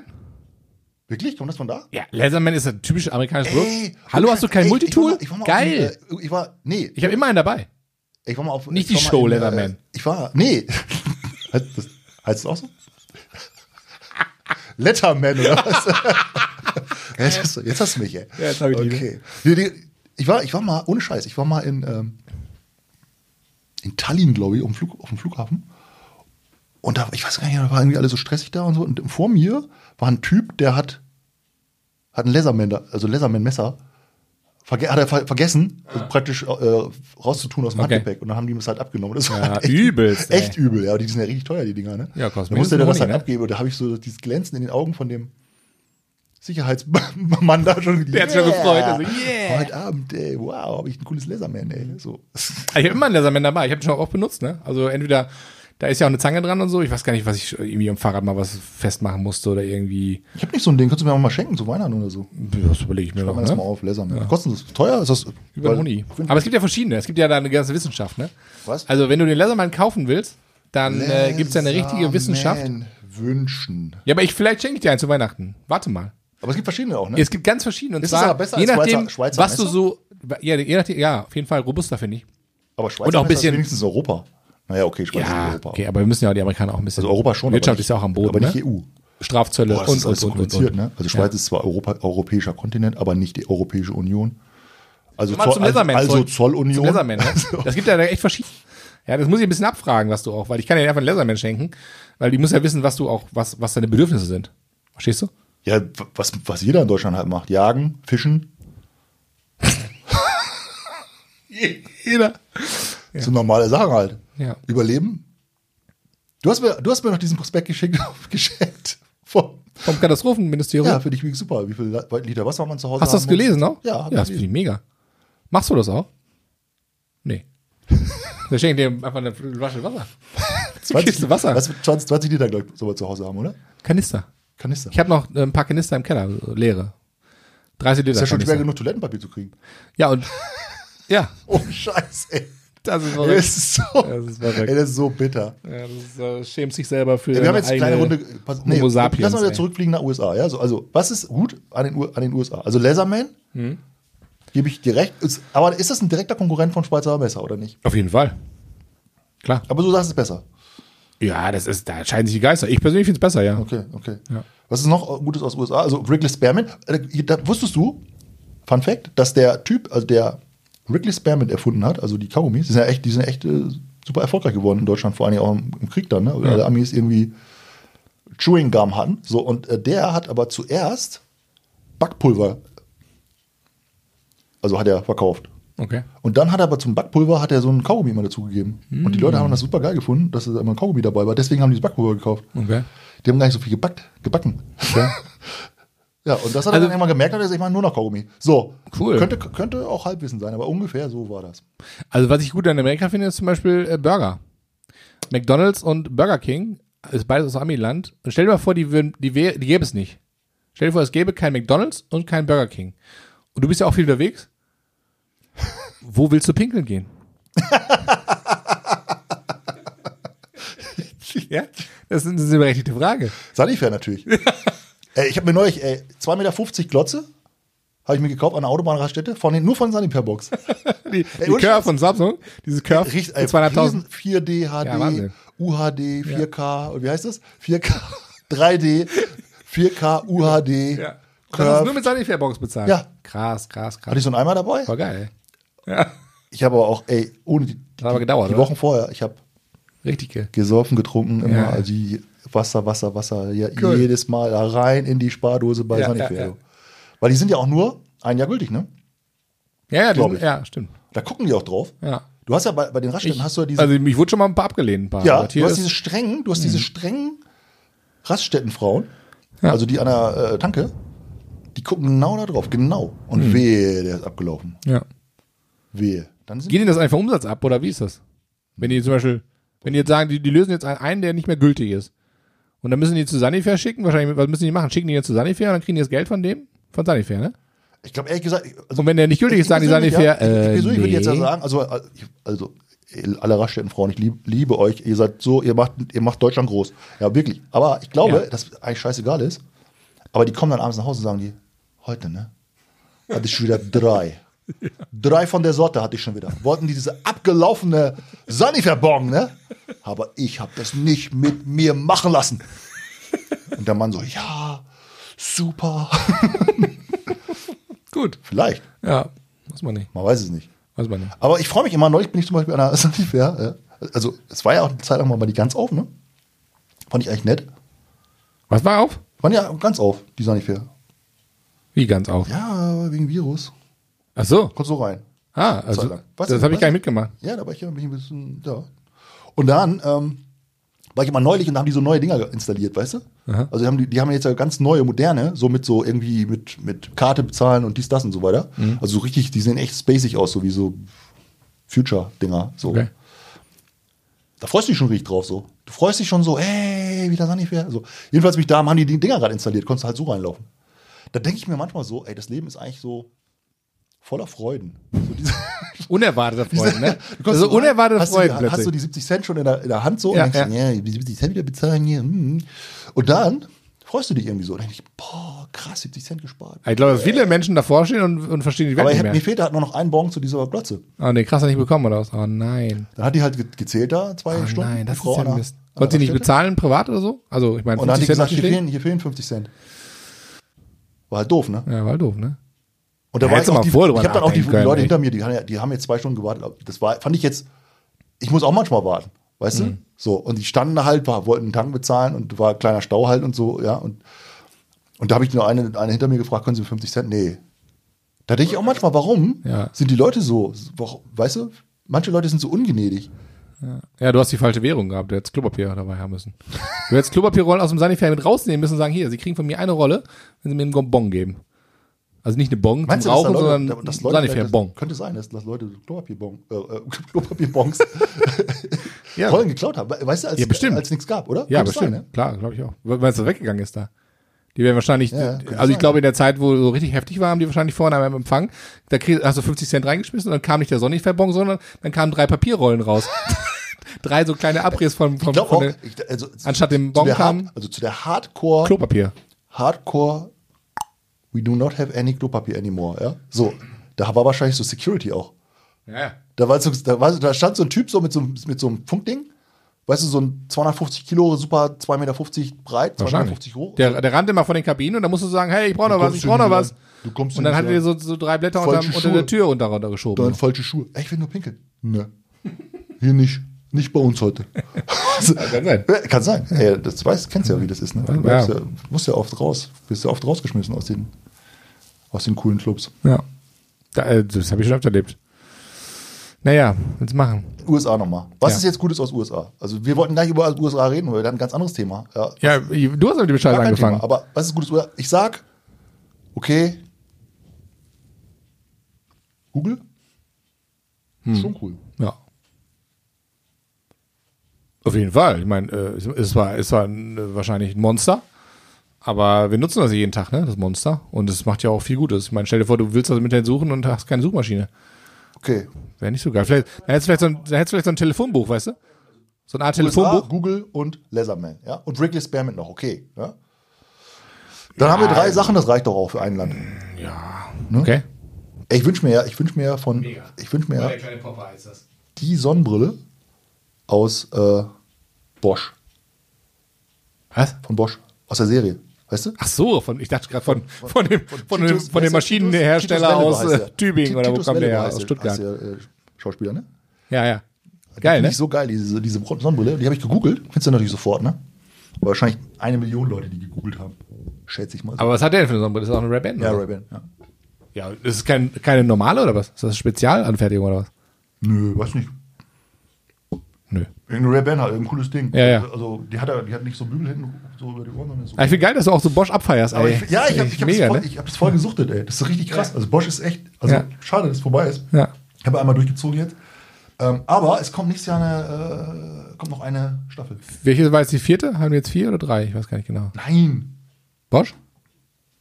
[SPEAKER 2] Wirklich? Kommt das von da?
[SPEAKER 3] Ja, Leatherman ist ein typisch amerikanisches Produkt.
[SPEAKER 2] Ey,
[SPEAKER 3] Hallo, hast du kein
[SPEAKER 2] ey,
[SPEAKER 3] Multitool?
[SPEAKER 2] Ich war mal, ich war mal
[SPEAKER 3] Geil.
[SPEAKER 2] Auf, äh, ich war, nee,
[SPEAKER 3] Ich habe immer einen dabei.
[SPEAKER 2] ich war mal auf.
[SPEAKER 3] Nicht
[SPEAKER 2] ich
[SPEAKER 3] die
[SPEAKER 2] war mal
[SPEAKER 3] Show,
[SPEAKER 2] in, äh,
[SPEAKER 3] Leatherman.
[SPEAKER 2] Ich war, nee. *laughs* heißt das, heißt das auch so? *laughs* Letterman oder was? *laughs* jetzt, hast du, jetzt hast du mich, ey.
[SPEAKER 3] Ja, jetzt hab ich die, ne?
[SPEAKER 2] okay. Nee, nee, ich, war, ich war mal, ohne Scheiß, ich war mal in, ähm, in Tallinn, glaube ich, auf dem, Flug, auf dem Flughafen. Und da, ich weiß gar nicht, da war irgendwie alles so stressig da und so. Und vor mir war ein Typ, der hat, hat ein Laserman, da- also ein Laserman-Messer, verge hat er ver vergessen, also praktisch äh, rauszutun aus dem
[SPEAKER 3] Ah. Okay.
[SPEAKER 2] Handgepäck. Und dann haben die ihm das halt abgenommen. Das war
[SPEAKER 3] Ja,
[SPEAKER 2] halt echt,
[SPEAKER 3] übelst, ey.
[SPEAKER 2] Echt übel, ja. Die sind ja richtig teuer, die Dinger, ne?
[SPEAKER 3] Ja, kostet
[SPEAKER 2] Da musste der das halt
[SPEAKER 3] mindestens Honig, ne?
[SPEAKER 2] abgeben. Und da habe ich so dieses Glänzen in den Augen von dem Sicherheitsmann *laughs* da schon
[SPEAKER 3] Der hat sich schon gefreut, also, yeah.
[SPEAKER 2] Heute Abend, ey, wow, habe ich ein cooles Laserman, ey. So.
[SPEAKER 3] Ich habe immer einen Leatherman dabei. Ich habe den schon auch oft benutzt, ne? Also entweder da ist ja auch eine Zange dran und so. Ich weiß gar nicht, was ich irgendwie am Fahrrad mal was festmachen musste oder irgendwie.
[SPEAKER 2] Ich habe nicht so ein Ding, kannst du mir auch mal schenken zu Weihnachten oder so.
[SPEAKER 3] Das überlege ich mir
[SPEAKER 2] Schreib
[SPEAKER 3] noch.
[SPEAKER 2] mir das mal
[SPEAKER 3] Ne?
[SPEAKER 2] auf, Laserman. Kostet das teuer? Ist das
[SPEAKER 3] Über den Uni. Aber es gibt ja verschiedene. Es gibt ja da eine ganze Wissenschaft, ne?
[SPEAKER 2] Was?
[SPEAKER 3] Also wenn du den Leatherman kaufen willst, dann äh, gibt es ja eine richtige Wissenschaft.
[SPEAKER 2] Laserman Wünschen.
[SPEAKER 3] Ja, aber ich vielleicht schenke ich dir einen zu Weihnachten. Warte mal.
[SPEAKER 2] Aber es gibt verschiedene auch, ne?
[SPEAKER 3] Es gibt ganz verschiedene. Und
[SPEAKER 2] Ist es
[SPEAKER 3] zwar,
[SPEAKER 2] aber besser
[SPEAKER 3] je
[SPEAKER 2] als
[SPEAKER 3] nachdem,
[SPEAKER 2] Schweizer- Schweizer
[SPEAKER 3] was du
[SPEAKER 2] Messer?
[SPEAKER 3] so, ja, je nachdem, ja, auf jeden Fall robuster, finde ich.
[SPEAKER 2] aber Schweiz
[SPEAKER 3] und auch ein
[SPEAKER 2] ist
[SPEAKER 3] bisschen-
[SPEAKER 2] wenigstens Europa. Naja, okay, Schweiz ist
[SPEAKER 3] Ja,
[SPEAKER 2] Europa.
[SPEAKER 3] okay, aber wir müssen ja auch die Amerikaner auch ein bisschen.
[SPEAKER 2] Also Europa schon. aber
[SPEAKER 3] Wirtschaft
[SPEAKER 2] nicht-
[SPEAKER 3] ist ja auch am Boden.
[SPEAKER 2] Aber nicht
[SPEAKER 3] ne?
[SPEAKER 2] EU.
[SPEAKER 3] Strafzölle
[SPEAKER 2] Boah, das
[SPEAKER 3] und,
[SPEAKER 2] ist
[SPEAKER 3] und,
[SPEAKER 2] alles so
[SPEAKER 3] und, und,
[SPEAKER 2] kompliziert,
[SPEAKER 3] und.
[SPEAKER 2] ne? Also Schweiz ist zwar Europa, europäischer Kontinent, aber nicht die Europäische Union. Also,
[SPEAKER 3] Mal
[SPEAKER 2] Zoll,
[SPEAKER 3] zum Leatherman
[SPEAKER 2] also, also
[SPEAKER 3] zurück.
[SPEAKER 2] Zollunion.
[SPEAKER 3] Zum Leatherman, ne?
[SPEAKER 2] *laughs* Also,
[SPEAKER 3] Das gibt ja da echt verschiedene. Ja, das muss ich ein bisschen abfragen, was du auch, weil ich kann dir einfach einen Leatherman schenken, weil die muss ja wissen, was du auch, was, was deine Bedürfnisse sind. Verstehst du?
[SPEAKER 2] ja, w- was, was jeder in Deutschland halt macht. Jagen, Fischen,
[SPEAKER 3] Jeder.
[SPEAKER 2] Das sind normale Sachen halt.
[SPEAKER 3] Ja.
[SPEAKER 2] Überleben. Du hast, mir, du hast mir noch diesen Prospekt *laughs* geschickt, geschenkt vom,
[SPEAKER 3] Vom Katastrophenministerium.
[SPEAKER 2] Ja, finde ich wirklich super. Wie viel Liter Wasser man zu Hause
[SPEAKER 3] Hast du das
[SPEAKER 2] haben muss.
[SPEAKER 3] gelesen auch?
[SPEAKER 2] Ja, hab
[SPEAKER 3] ja
[SPEAKER 2] ich
[SPEAKER 3] das finde ich mega. Machst du das auch?
[SPEAKER 2] *laughs*
[SPEAKER 3] Nee. Der schenkt dir einfach eine Flasche Wasser.
[SPEAKER 2] 20
[SPEAKER 3] Kiste Wasser.
[SPEAKER 2] Was, 20, 20 Liter, glaube ich, sogar zu Hause haben, oder?
[SPEAKER 3] Kanister.
[SPEAKER 2] Kanister.
[SPEAKER 3] Ich habe noch äh, ein paar Kanister im Keller, äh, leere. 30 Liter.
[SPEAKER 2] ist ja schon
[SPEAKER 3] Kanister.
[SPEAKER 2] schwer genug, Toilettenpapier zu kriegen.
[SPEAKER 3] Ja,
[SPEAKER 2] *laughs*
[SPEAKER 3] und. ja.
[SPEAKER 2] Oh, *laughs* scheiße, ey.
[SPEAKER 3] Das ist
[SPEAKER 2] Das ist so,
[SPEAKER 3] Das ist verrückt.
[SPEAKER 2] ey, das ist so bitter.
[SPEAKER 3] Ja, das äh, schämt sich selber für.
[SPEAKER 2] Wir haben jetzt eine kleine Runde. pass-
[SPEAKER 3] Nee, Äh, Homo sapiens,
[SPEAKER 2] lass mal wieder
[SPEAKER 3] ey.
[SPEAKER 2] zurückfliegen nach USA. Ja? So, also, was ist gut an den, U- an den USA? Also, Laserman
[SPEAKER 3] Hm.
[SPEAKER 2] gebe ich direkt. Ist, aber ist das ein direkter Konkurrent von Schweizer Messer oder nicht?
[SPEAKER 3] Auf jeden Fall. Klar.
[SPEAKER 2] Aber du sagst es besser.
[SPEAKER 3] Ja, das ist, da scheiden sich die Geister. Ich persönlich finde es besser, ja.
[SPEAKER 2] Okay, okay.
[SPEAKER 3] Ja.
[SPEAKER 2] Was ist noch Gutes aus USA? Also, Wrigley Spearmint. Äh, da, wusstest du, Fun Fact, dass der Typ, also der Wrigley Spearmint erfunden hat, also die Kaugummis, die sind ja echt, die sind echt äh, super erfolgreich geworden in Deutschland, vor allem auch im, im Krieg dann, ne? weil alle Amis irgendwie Chewing Gum hatten. So, und äh, der hat aber zuerst Backpulver, also hat er verkauft.
[SPEAKER 3] Okay.
[SPEAKER 2] Und dann hat er aber zum Backpulver hat er so einen Kaugummi immer dazugegeben. Und die Leute haben das super geil gefunden, dass da immer ein Kaugummi dabei war. Deswegen haben die das Backpulver gekauft.
[SPEAKER 3] Okay.
[SPEAKER 2] Die haben gar nicht so viel gebackt, gebacken. *laughs* ja, und das hat
[SPEAKER 3] Also-
[SPEAKER 2] er dann irgendwann gemerkt, hat er gesagt, ich mache nur noch Kaugummi. So.
[SPEAKER 3] Cool.
[SPEAKER 2] Könnte, könnte auch Halbwissen sein, aber ungefähr so war das.
[SPEAKER 3] Also, was ich gut an Amerika finde, ist zum Beispiel äh, Burger. McDonalds und Burger King ist beides aus Amiland. Und stell dir mal vor, die, würden, die, wär- die gäbe es nicht. Stell dir vor, es gäbe kein McDonalds und kein Burger King. Und du bist ja auch viel
[SPEAKER 2] *laughs*
[SPEAKER 3] unterwegs. Wo willst du pinkeln gehen? ja, das ist das ist eine berechtigte
[SPEAKER 2] *laughs*
[SPEAKER 3] Frage.
[SPEAKER 2] Sunnyfair
[SPEAKER 3] *laughs*
[SPEAKER 2] natürlich. ey, ich habe mir neulich, ey, 2,50 Meter Glotze habe ich mir gekauft an der Autobahnraststätte, von den, nur von Sunnyfair-Box.
[SPEAKER 3] Die, die
[SPEAKER 2] ohne
[SPEAKER 3] Curve
[SPEAKER 2] Scheiß.
[SPEAKER 3] von Samsung, diese Curve,
[SPEAKER 2] Riecht,
[SPEAKER 3] für
[SPEAKER 2] ey,
[SPEAKER 3] 200.000.
[SPEAKER 2] äh, riesen 4D, HD,
[SPEAKER 3] Ja, Wahnsinn.
[SPEAKER 2] UHD, 4K, und wie heißt das? *laughs* 4K, 3D, 4K, UHD,
[SPEAKER 3] Ja. Und Das hast du nur
[SPEAKER 2] Curve.
[SPEAKER 3] mit seiner Fairbox bezahlt.
[SPEAKER 2] Ja.
[SPEAKER 3] Krass, krass,
[SPEAKER 2] Hatte
[SPEAKER 3] krass.
[SPEAKER 2] ich so einen Eimer dabei?
[SPEAKER 3] War geil. Ja.
[SPEAKER 2] Ich habe aber auch, ey, ohne die,
[SPEAKER 3] Hat aber gedauert,
[SPEAKER 2] die
[SPEAKER 3] oder?
[SPEAKER 2] Wochen vorher, ich habe
[SPEAKER 3] Richtig geil.
[SPEAKER 2] gesoffen, getrunken, immer
[SPEAKER 3] Ja.
[SPEAKER 2] also die Wasser, Wasser, Wasser, ja,
[SPEAKER 3] Cool.
[SPEAKER 2] jedes Mal da rein in die Spardose bei
[SPEAKER 3] Ja,
[SPEAKER 2] ja,
[SPEAKER 3] ja, ja.
[SPEAKER 2] Weil die sind ja auch nur ein Jahr gültig, ne?
[SPEAKER 3] Ja, ja, die
[SPEAKER 2] Glaub
[SPEAKER 3] sind,
[SPEAKER 2] ich.
[SPEAKER 3] ja stimmt.
[SPEAKER 2] Da gucken die auch drauf.
[SPEAKER 3] Ja.
[SPEAKER 2] Du hast ja bei, bei den Raststätten hast du ja diese,
[SPEAKER 3] also mich wurde schon mal ein paar abgelehnt. Ein paar.
[SPEAKER 2] ja,
[SPEAKER 3] Aber hier
[SPEAKER 2] du hast
[SPEAKER 3] ist- Mhm.
[SPEAKER 2] diese strengen, du hast diese strengen Raststättenfrauen,
[SPEAKER 3] Ja.
[SPEAKER 2] also die an der äh, Tanke, die gucken genau da drauf, genau. Und
[SPEAKER 3] Mhm.
[SPEAKER 2] wehe, der ist abgelaufen.
[SPEAKER 3] ja.
[SPEAKER 2] Wehe. Dann sind
[SPEAKER 3] Geht Ihnen das einfach Umsatz ab oder wie ist das? Wenn die zum Beispiel, wenn die jetzt sagen, die, die lösen jetzt einen, ein, der nicht mehr gültig ist. Und dann müssen die zu Sanifair schicken, wahrscheinlich, was müssen die machen? Schicken die jetzt zu Sanifair und dann kriegen die das Geld von dem? Von Sanifair, ne?
[SPEAKER 2] ich glaube ehrlich gesagt, ich- also
[SPEAKER 3] Und wenn der nicht gültig ist, sagen die
[SPEAKER 2] persönlich,
[SPEAKER 3] Sanifair,
[SPEAKER 2] ja, ich, ich
[SPEAKER 3] äh,
[SPEAKER 2] persönlich würde jetzt ja
[SPEAKER 3] nee.
[SPEAKER 2] sagen, also, also, ich- also alle Raststättenfrauen, ich lieb, liebe euch, ihr seid so, ihr macht, ihr macht Deutschland groß. Ja, wirklich. Aber ich glaube,
[SPEAKER 3] Ja.
[SPEAKER 2] dass eigentlich scheißegal ist. Aber die kommen dann abends nach Hause und sagen die, heute, ne? Hatte ich schon wieder
[SPEAKER 3] *laughs*
[SPEAKER 2] drei. Drei von der Sorte hatte ich schon wieder. Wollten die diese abgelaufene Sanifair-Bon, ne? Aber ich habe das nicht mit mir machen lassen. Und der Mann so, ja, super. *laughs*
[SPEAKER 3] Gut.
[SPEAKER 2] Vielleicht,
[SPEAKER 3] Ja, muss man nicht.
[SPEAKER 2] man weiß es nicht.
[SPEAKER 3] Weiß man nicht.
[SPEAKER 2] Aber ich freue mich immer, neulich bin ich zum Beispiel an der *laughs* Sunnyfair. äh, Also, es war ja auch eine Zeit lang mal die ganz auf, ne? Fand ich eigentlich nett.
[SPEAKER 3] Was war auf?
[SPEAKER 2] Waren ja ganz auf, die Sunnyfair.
[SPEAKER 3] Wie ganz auf?
[SPEAKER 2] Ja, wegen Virus.
[SPEAKER 3] Ach so.
[SPEAKER 2] Konntest du rein.
[SPEAKER 3] Ah, also,
[SPEAKER 2] Zeit lang. Was
[SPEAKER 3] das
[SPEAKER 2] denn?
[SPEAKER 3] habe ich
[SPEAKER 2] Was
[SPEAKER 3] gar
[SPEAKER 2] denn?
[SPEAKER 3] nicht mitgemacht.
[SPEAKER 2] Ja, da war ich ja ein bisschen da. Und dann ähm, war ich immer neulich und da haben die so neue Dinger installiert, weißt du? Also die haben, die, die haben jetzt ja ganz neue, moderne, so mit so irgendwie mit, mit Karte bezahlen und dies, das und so weiter. Also so richtig, die sehen echt spacig aus, so wie so Future-Dinger. So.
[SPEAKER 3] Okay.
[SPEAKER 2] Da freust du dich schon richtig drauf so. Du freust dich schon so, hey, wieder Sunnyfair. So. Jedenfalls mich da haben die die Dinger gerade installiert, konntest halt so reinlaufen. Da denke ich mir manchmal so, ey, das Leben ist eigentlich so voller Freuden. So diese,
[SPEAKER 3] Unerwarteter Freund, ne?
[SPEAKER 2] *laughs* Du kommst
[SPEAKER 3] Also
[SPEAKER 2] so rein,
[SPEAKER 3] unerwartete
[SPEAKER 2] hast du
[SPEAKER 3] Freund
[SPEAKER 2] die, Hast du
[SPEAKER 3] plötzlich.
[SPEAKER 2] die 70 Cent schon in der, in der Hand so
[SPEAKER 3] Ja,
[SPEAKER 2] und denkst, ja. ja, die 70 Cent wieder bezahlen hier. hm. Und dann freust du dich irgendwie so. Und denk ich, boah, krass, 70 Cent gespart.
[SPEAKER 3] Ich glaube, dass viele Menschen davor stehen und, und verstehen die Welt
[SPEAKER 2] Aber ich
[SPEAKER 3] nicht
[SPEAKER 2] hab, mir
[SPEAKER 3] mehr.
[SPEAKER 2] fehlt halt nur noch ein Bon zu dieser Glotze.
[SPEAKER 3] Oh nee, krass, hat nicht bekommen oder was? Oh nein.
[SPEAKER 2] Dann hat die halt ge- gezählt da, zwei
[SPEAKER 3] Oh
[SPEAKER 2] Stunden.
[SPEAKER 3] nein, das
[SPEAKER 2] die Frau
[SPEAKER 3] ist ja
[SPEAKER 2] an der-
[SPEAKER 3] Mist.
[SPEAKER 2] an der
[SPEAKER 3] Wollt ihr nicht
[SPEAKER 2] Raststätte.
[SPEAKER 3] bezahlen, privat oder so? Also, ich meine,
[SPEAKER 2] Und dann hat die
[SPEAKER 3] 50 Cent
[SPEAKER 2] gesagt, hier
[SPEAKER 3] stehen.
[SPEAKER 2] fehlen, hier fehlen 50 Cent. War halt doof, ne?
[SPEAKER 3] Ja, war doof, ne?
[SPEAKER 2] Und da
[SPEAKER 3] Ja,
[SPEAKER 2] war
[SPEAKER 3] hättest
[SPEAKER 2] ich
[SPEAKER 3] du
[SPEAKER 2] auch
[SPEAKER 3] mal
[SPEAKER 2] die, ich
[SPEAKER 3] vorher drüber
[SPEAKER 2] habe dann auch die, die
[SPEAKER 3] nachdenken können,
[SPEAKER 2] Leute
[SPEAKER 3] ey.
[SPEAKER 2] hinter mir, die, haben ja- die haben jetzt zwei Stunden gewartet. aber Das war, fand ich jetzt, ich muss auch manchmal warten, weißt
[SPEAKER 3] Mhm.
[SPEAKER 2] du? So, und die standen da halt, war, wollten einen Tank bezahlen und war ein kleiner Stau halt und so, ja. Und, und da habe ich nur eine, eine hinter mir gefragt, können Sie mir 50 Cent? Nee. Da denke ich auch manchmal, warum
[SPEAKER 3] Ja.
[SPEAKER 2] sind die Leute so, warum- weißt du, manche Leute sind so ungnädig.
[SPEAKER 3] Ja, du hast die falsche Währung gehabt. Du hättest Klopapier dabei haben müssen. Du hättest Klopapierrollen aus dem Sanifair mit rausnehmen müssen und sagen, hier, sie kriegen von mir eine Rolle, wenn sie mir einen Bonbon geben. Also nicht eine Bon zum
[SPEAKER 2] Meinst du, dass da
[SPEAKER 3] Rauchen,
[SPEAKER 2] Leute,
[SPEAKER 3] sondern
[SPEAKER 2] dass
[SPEAKER 3] einen
[SPEAKER 2] Leute vielleicht-
[SPEAKER 3] Sanifair-Bon.
[SPEAKER 2] Könnte sein, dass, dass Leute Klopapierbon, äh, *laughs* äh, Klopapierbons
[SPEAKER 3] Ja.
[SPEAKER 2] Rollen geklaut haben. Weißt du, als,
[SPEAKER 3] Ja, bestimmt.
[SPEAKER 2] als nichts gab, oder?
[SPEAKER 3] Ja,
[SPEAKER 2] Könnte
[SPEAKER 3] bestimmt.
[SPEAKER 2] Sein, ne?
[SPEAKER 3] Klar, glaube ich auch. Weil weil es da weggegangen ist da. Die werden wahrscheinlich,
[SPEAKER 2] Ja,
[SPEAKER 3] also
[SPEAKER 2] könnte
[SPEAKER 3] ich
[SPEAKER 2] sein.
[SPEAKER 3] glaube in der Zeit, wo so richtig heftig war, haben die wahrscheinlich vorne am Empfang, da krieg, hast du 50 Cent reingeschmissen und dann kam nicht der Sonnenverbon, sondern dann kamen drei
[SPEAKER 2] *laughs*
[SPEAKER 3] Papierrollen raus. drei so kleine Abriss von,
[SPEAKER 2] ne? Ich
[SPEAKER 3] von,
[SPEAKER 2] glaube
[SPEAKER 3] von
[SPEAKER 2] auch,
[SPEAKER 3] der,
[SPEAKER 2] ich, also,
[SPEAKER 3] anstatt dem
[SPEAKER 2] zu
[SPEAKER 3] Bon
[SPEAKER 2] der
[SPEAKER 3] kam
[SPEAKER 2] Hard, also zu der Hardcore,
[SPEAKER 3] Klopapier.
[SPEAKER 2] Hardcore, we do not have any Klopapier anymore, ja? So, da war wahrscheinlich so Security auch.
[SPEAKER 3] Ja, ja.
[SPEAKER 2] Da, war so, da, war, so- da stand so ein Typ so mit so, einem- mit so einem Funkding, weißt du, so ein 250 Kilo, super 2,50 Meter breit, 2,50
[SPEAKER 3] Wahrscheinlich.
[SPEAKER 2] hoch.
[SPEAKER 3] Der, der rannte immer von den Kabinen und dann musst du sagen, hey, ich brauche noch was,
[SPEAKER 2] kommst
[SPEAKER 3] ich
[SPEAKER 2] du
[SPEAKER 3] brauche noch
[SPEAKER 2] nicht
[SPEAKER 3] was.
[SPEAKER 2] rein. Du kommst
[SPEAKER 3] und dann
[SPEAKER 2] nicht
[SPEAKER 3] hat er
[SPEAKER 2] rein.
[SPEAKER 3] so, so drei Blätter
[SPEAKER 2] Falsche
[SPEAKER 3] unter, unter der
[SPEAKER 2] Schuhe.
[SPEAKER 3] Tür unter, runtergeschoben.
[SPEAKER 2] Dann falsche Schuhe. Ey, Ich will nur pinkeln. Ne. Hier nicht. Nicht bei uns
[SPEAKER 3] *laughs*
[SPEAKER 2] heute.
[SPEAKER 3] kann sein.
[SPEAKER 2] Ja, Kann sein. Ey, das weiß, kennst ja, wie das ist. Ne? Du
[SPEAKER 3] Ja.
[SPEAKER 2] bleibst ja, musst ja oft raus. Bist ja oft rausgeschmissen aus den, aus den coolen Clubs.
[SPEAKER 3] Ja. Da, äh, das habe ich schon oft erlebt. Naja, jetzt machen.
[SPEAKER 2] USA nochmal. Was
[SPEAKER 3] Ja.
[SPEAKER 2] ist jetzt Gutes aus USA? Also wir wollten gar nicht über die USA reden, weil wir haben ein ganz anderes Thema. Ja,
[SPEAKER 3] Ja, du hast mit dem Scheiß
[SPEAKER 2] gar kein
[SPEAKER 3] angefangen.
[SPEAKER 2] Thema. Aber was ist Gutes USA? Ich sag, okay, Google?
[SPEAKER 3] Hm.
[SPEAKER 2] Schon cool.
[SPEAKER 3] Ja. Auf jeden Fall. Ich meine, äh, es- es war, es war ein, äh, wahrscheinlich ein Monster. Aber wir nutzen das jeden Tag, ne? Das Monster. Und es macht ja auch viel Gutes. Ich meine, stell dir vor, du willst das im Internet suchen und hast keine Suchmaschine.
[SPEAKER 2] Okay.
[SPEAKER 3] Wäre nicht so geil. Vielleicht, dann hättest du vielleicht so ein, dann hättest du vielleicht so ein Telefonbuch, weißt du? So eine Art
[SPEAKER 2] USA,
[SPEAKER 3] Telefonbuch.
[SPEAKER 2] Google und Leatherman. Ja? Und Wrigley Spearmint noch, okay. Ja? Dann haben wir drei
[SPEAKER 3] also
[SPEAKER 2] Sachen, das reicht doch auch für ein Land. Ne?
[SPEAKER 3] Okay.
[SPEAKER 2] Ey, ich wünsche mir ja, ich wünsche mir ja von, ich wünsche mir ja
[SPEAKER 3] Oh, kleine Popper ist das.
[SPEAKER 2] die Sonnenbrille aus äh, Bosch,
[SPEAKER 3] Was?
[SPEAKER 2] von Bosch, aus der Serie, weißt du?
[SPEAKER 3] Ach so, von, ich dachte gerade von, von dem, von dem,
[SPEAKER 2] Titus-
[SPEAKER 3] von dem
[SPEAKER 2] weißt du, Titus-
[SPEAKER 3] Maschinenhersteller
[SPEAKER 2] Titus Welliver
[SPEAKER 3] aus
[SPEAKER 2] heißt
[SPEAKER 3] äh,
[SPEAKER 2] der.
[SPEAKER 3] Tübingen
[SPEAKER 2] Ti-
[SPEAKER 3] oder wo
[SPEAKER 2] Titus
[SPEAKER 3] kam der
[SPEAKER 2] Welliver
[SPEAKER 3] her?
[SPEAKER 2] heißt
[SPEAKER 3] Aus
[SPEAKER 2] der-
[SPEAKER 3] Stuttgart.
[SPEAKER 2] heißt der, äh, Schauspieler, ne?
[SPEAKER 3] Ja, ja. Geil,
[SPEAKER 2] Finde
[SPEAKER 3] ne?
[SPEAKER 2] ich so geil, diese, diese Sonnenbrille. Die habe ich gegoogelt. Findest du natürlich sofort, ne? Aber wahrscheinlich eine Million Leute, die gegoogelt haben. Schätze ich mal. so.
[SPEAKER 3] Aber was hat der denn für eine Sonnenbrille? Das ist auch eine Ray-Ban,
[SPEAKER 2] ja,
[SPEAKER 3] oder?
[SPEAKER 2] Ray-Ban, ja.
[SPEAKER 3] Ja, das ist kein, keine normale oder was? Ist das eine Spezialanfertigung oder was?
[SPEAKER 2] Nö, weiß nicht.
[SPEAKER 3] Nö.
[SPEAKER 2] Irgendeine Ray-Ban halt, ein cooles Ding.
[SPEAKER 3] Ja, ja.
[SPEAKER 2] Also, die hat, er- die hat nicht so Bügel hinten so über die Ohren, sondern so.
[SPEAKER 3] Aber Ah, ich finde geil, dass du auch so Bosch abfeierst.
[SPEAKER 2] Aber
[SPEAKER 3] ey.
[SPEAKER 2] ich, ja, ich habe
[SPEAKER 3] Echt
[SPEAKER 2] ich hab
[SPEAKER 3] mega,
[SPEAKER 2] das, voll-
[SPEAKER 3] ne?
[SPEAKER 2] ich hab das voll gesuchtet, ey. Das ist richtig krass. Also Bosch ist echt, also
[SPEAKER 3] Ja.
[SPEAKER 2] schade, dass es vorbei ist.
[SPEAKER 3] Ja.
[SPEAKER 2] Ich habe einmal durchgezogen jetzt. Ähm, aber es kommt nächstes Jahr eine, äh, kommt noch eine Staffel.
[SPEAKER 3] Welche war jetzt die vierte? Haben wir jetzt vier oder drei? Ich weiß gar nicht genau.
[SPEAKER 2] Nein,
[SPEAKER 3] Bosch?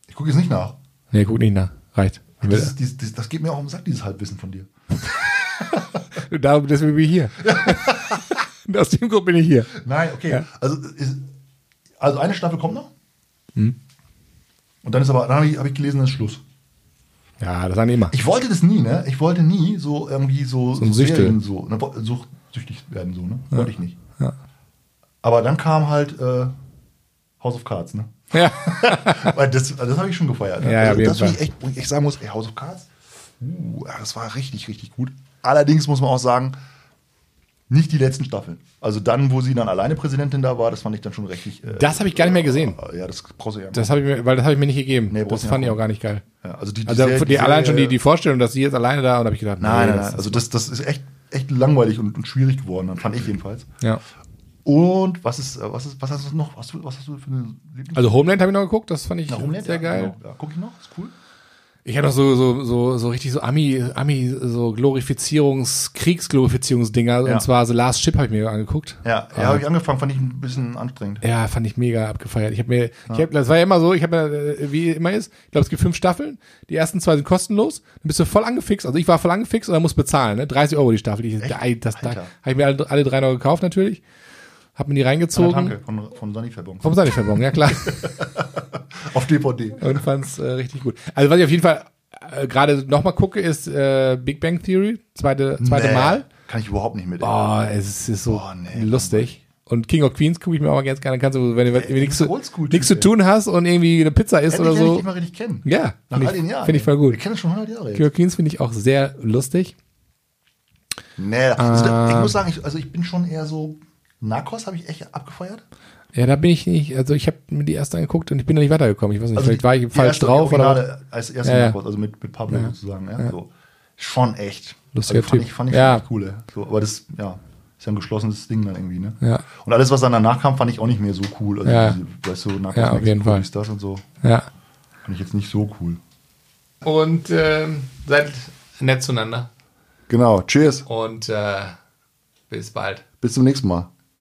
[SPEAKER 2] ich gucke jetzt nicht nach.
[SPEAKER 3] Nee, guck nicht nach. Reicht.
[SPEAKER 2] Das, ist, dieses- dieses- das geht mir auch um den Sack, dieses Halbwissen von dir.
[SPEAKER 3] *laughs* Darum, deswegen bin
[SPEAKER 2] *laughs*
[SPEAKER 3] ich hier. Und Aus dem Grund bin ich hier.
[SPEAKER 2] Nein, okay. Also, ist, also eine Staffel kommt noch.
[SPEAKER 3] Hm.
[SPEAKER 2] Und dann ist aber, dann habe ich, hab ich gelesen, dann ist Schluss.
[SPEAKER 3] Ja, das sagen die immer.
[SPEAKER 2] Ich wollte das nie, ne? Ich wollte nie so irgendwie so, so,
[SPEAKER 3] ein Süchtel.
[SPEAKER 2] Serien so ne? wo- such- süchtig werden, so, ne? Wollte ich nicht.
[SPEAKER 3] Ja.
[SPEAKER 2] Aber dann kam halt äh, House of Cards,
[SPEAKER 3] *laughs*
[SPEAKER 2] ne?
[SPEAKER 3] Ja.
[SPEAKER 2] Weil das das habe ich schon gefeiert. Ne?
[SPEAKER 3] Ja, ja, auf jeden
[SPEAKER 2] das, wo ich
[SPEAKER 3] Fall.
[SPEAKER 2] echt, wo ich echt sagen muss, ey, House of Cards, uh, ja, das war richtig, richtig gut. Allerdings muss man auch sagen, nicht die letzten Staffeln. Also dann, wo sie dann alleine Präsidentin da war, das fand ich dann schon richtig. äh,
[SPEAKER 3] Das habe ich gar nicht mehr gesehen.
[SPEAKER 2] äh, Ja, das brauchst du ja.
[SPEAKER 3] Das habe ich mir, weil das habe ich mir nicht gegeben.
[SPEAKER 2] Nee, brauchst
[SPEAKER 3] das
[SPEAKER 2] du
[SPEAKER 3] fand
[SPEAKER 2] nicht
[SPEAKER 3] ich auch gar nicht geil.
[SPEAKER 2] ja, also die, die
[SPEAKER 3] Also
[SPEAKER 2] Serie-
[SPEAKER 3] die,
[SPEAKER 2] die
[SPEAKER 3] allein schon die,
[SPEAKER 2] Serie-
[SPEAKER 3] die Vorstellung, dass sie jetzt alleine da und habe ich gedacht,
[SPEAKER 2] Nein, nein,
[SPEAKER 3] das-
[SPEAKER 2] nein. Also das, das ist echt, echt langweilig und, und schwierig geworden, dann fand ich jedenfalls.
[SPEAKER 3] ja.
[SPEAKER 2] Und was ist, äh, was ist, was hast du noch? Was, hast du- was hast du für eine Lieblings
[SPEAKER 3] Also Homeland habe ich noch geguckt, das fand ich
[SPEAKER 2] Na, Homeland?
[SPEAKER 3] sehr
[SPEAKER 2] Ja,
[SPEAKER 3] geil.
[SPEAKER 2] Genau. Ja, guck ich noch, ist cool.
[SPEAKER 3] Ich habe noch so, so, so, so richtig so Ami, Ami, so Glorifizierungs-, Kriegsglorifizierungsdinger.
[SPEAKER 2] Ja.
[SPEAKER 3] Und zwar The Last Ship habe ich mir angeguckt.
[SPEAKER 2] Ja, ja habe ich angefangen, fand ich ein bisschen anstrengend.
[SPEAKER 3] Ja, fand ich mega abgefeiert. Ich habe mir, ich hab, das war ja immer so, ich habe mir, äh, wie immer ist, ich glaube, es gibt fünf Staffeln. Die ersten zwei sind kostenlos. Dann bist du voll angefixt. Also ich war voll angefixt und dann musst bezahlen, ne? 30 Euro die Staffel. Ich, ey, das, da,
[SPEAKER 2] Alter.
[SPEAKER 3] habe ich mir alle, alle drei noch gekauft, natürlich. Hab mir die
[SPEAKER 2] An
[SPEAKER 3] reingezogen.
[SPEAKER 2] der Tanke von, von Sonny Verbong.
[SPEAKER 3] Vom Sanifair-Bon,
[SPEAKER 2] *laughs*
[SPEAKER 3] ja klar.
[SPEAKER 2] Auf DVD.
[SPEAKER 3] und fand's äh, richtig gut. Also was ich auf jeden Fall äh, gerade nochmal gucke, ist äh, Big Bang Theory, zweite, zweite
[SPEAKER 2] Nee,
[SPEAKER 3] Mal.
[SPEAKER 2] Kann ich überhaupt nicht mit.
[SPEAKER 3] Boah, es ist, ist so
[SPEAKER 2] Boah, nee,
[SPEAKER 3] lustig. Und King of Queens gucke ich mir auch mal ganz gerne. Kannst du, wenn du, wenn du
[SPEAKER 2] du
[SPEAKER 3] nichts,
[SPEAKER 2] bist
[SPEAKER 3] zu-
[SPEAKER 2] oldschool,
[SPEAKER 3] nichts zu
[SPEAKER 2] ey.
[SPEAKER 3] tun hast und irgendwie eine Pizza isst
[SPEAKER 2] Hätte
[SPEAKER 3] oder
[SPEAKER 2] ich ja
[SPEAKER 3] so.
[SPEAKER 2] nicht mal richtig kennen.
[SPEAKER 3] Ja,
[SPEAKER 2] Nach
[SPEAKER 3] find
[SPEAKER 2] all den Jahren.
[SPEAKER 3] Finde ich voll
[SPEAKER 2] Wir
[SPEAKER 3] gut.
[SPEAKER 2] kennen das schon 100 Jahre.
[SPEAKER 3] King
[SPEAKER 2] Jetzt.
[SPEAKER 3] of Queens finde ich auch sehr lustig.
[SPEAKER 2] Nee, also, da-
[SPEAKER 3] Ah.
[SPEAKER 2] ich muss sagen, ich, also ich bin schon eher so. Narcos habe ich echt abgefeuert.
[SPEAKER 3] Ja, da bin ich nicht, also ich habe mir die erste angeguckt und ich bin da nicht weitergekommen. Ich weiß nicht,
[SPEAKER 2] Also
[SPEAKER 3] vielleicht
[SPEAKER 2] die-
[SPEAKER 3] war ich
[SPEAKER 2] die
[SPEAKER 3] falsch
[SPEAKER 2] erste,
[SPEAKER 3] drauf
[SPEAKER 2] die
[SPEAKER 3] oder was.
[SPEAKER 2] Originale Als erste
[SPEAKER 3] Ja, ja.
[SPEAKER 2] Narcos, also mit, mit Pablo sozusagen. Ja, So. Schon echt.
[SPEAKER 3] Lustiger
[SPEAKER 2] also fand
[SPEAKER 3] Typ.
[SPEAKER 2] Ich, fand ich
[SPEAKER 3] Ja.
[SPEAKER 2] ja. cool. ey. So, aber das, ja. Ist ja ein geschlossenes Ding dann irgendwie, ne?
[SPEAKER 3] Ja.
[SPEAKER 2] Und alles, was dann danach kam, fand ich auch nicht mehr so cool. Also,
[SPEAKER 3] Ja.
[SPEAKER 2] diese, weißt du, Narcos
[SPEAKER 3] Ja, auf
[SPEAKER 2] Mexico
[SPEAKER 3] jeden Fall.
[SPEAKER 2] ist das und so.
[SPEAKER 3] Ja.
[SPEAKER 2] Fand ich jetzt nicht so cool.
[SPEAKER 4] Und ähm, seid nett zueinander.
[SPEAKER 2] Genau, cheers.
[SPEAKER 4] Und äh, bis bald.
[SPEAKER 2] Bis zum nächsten Mal.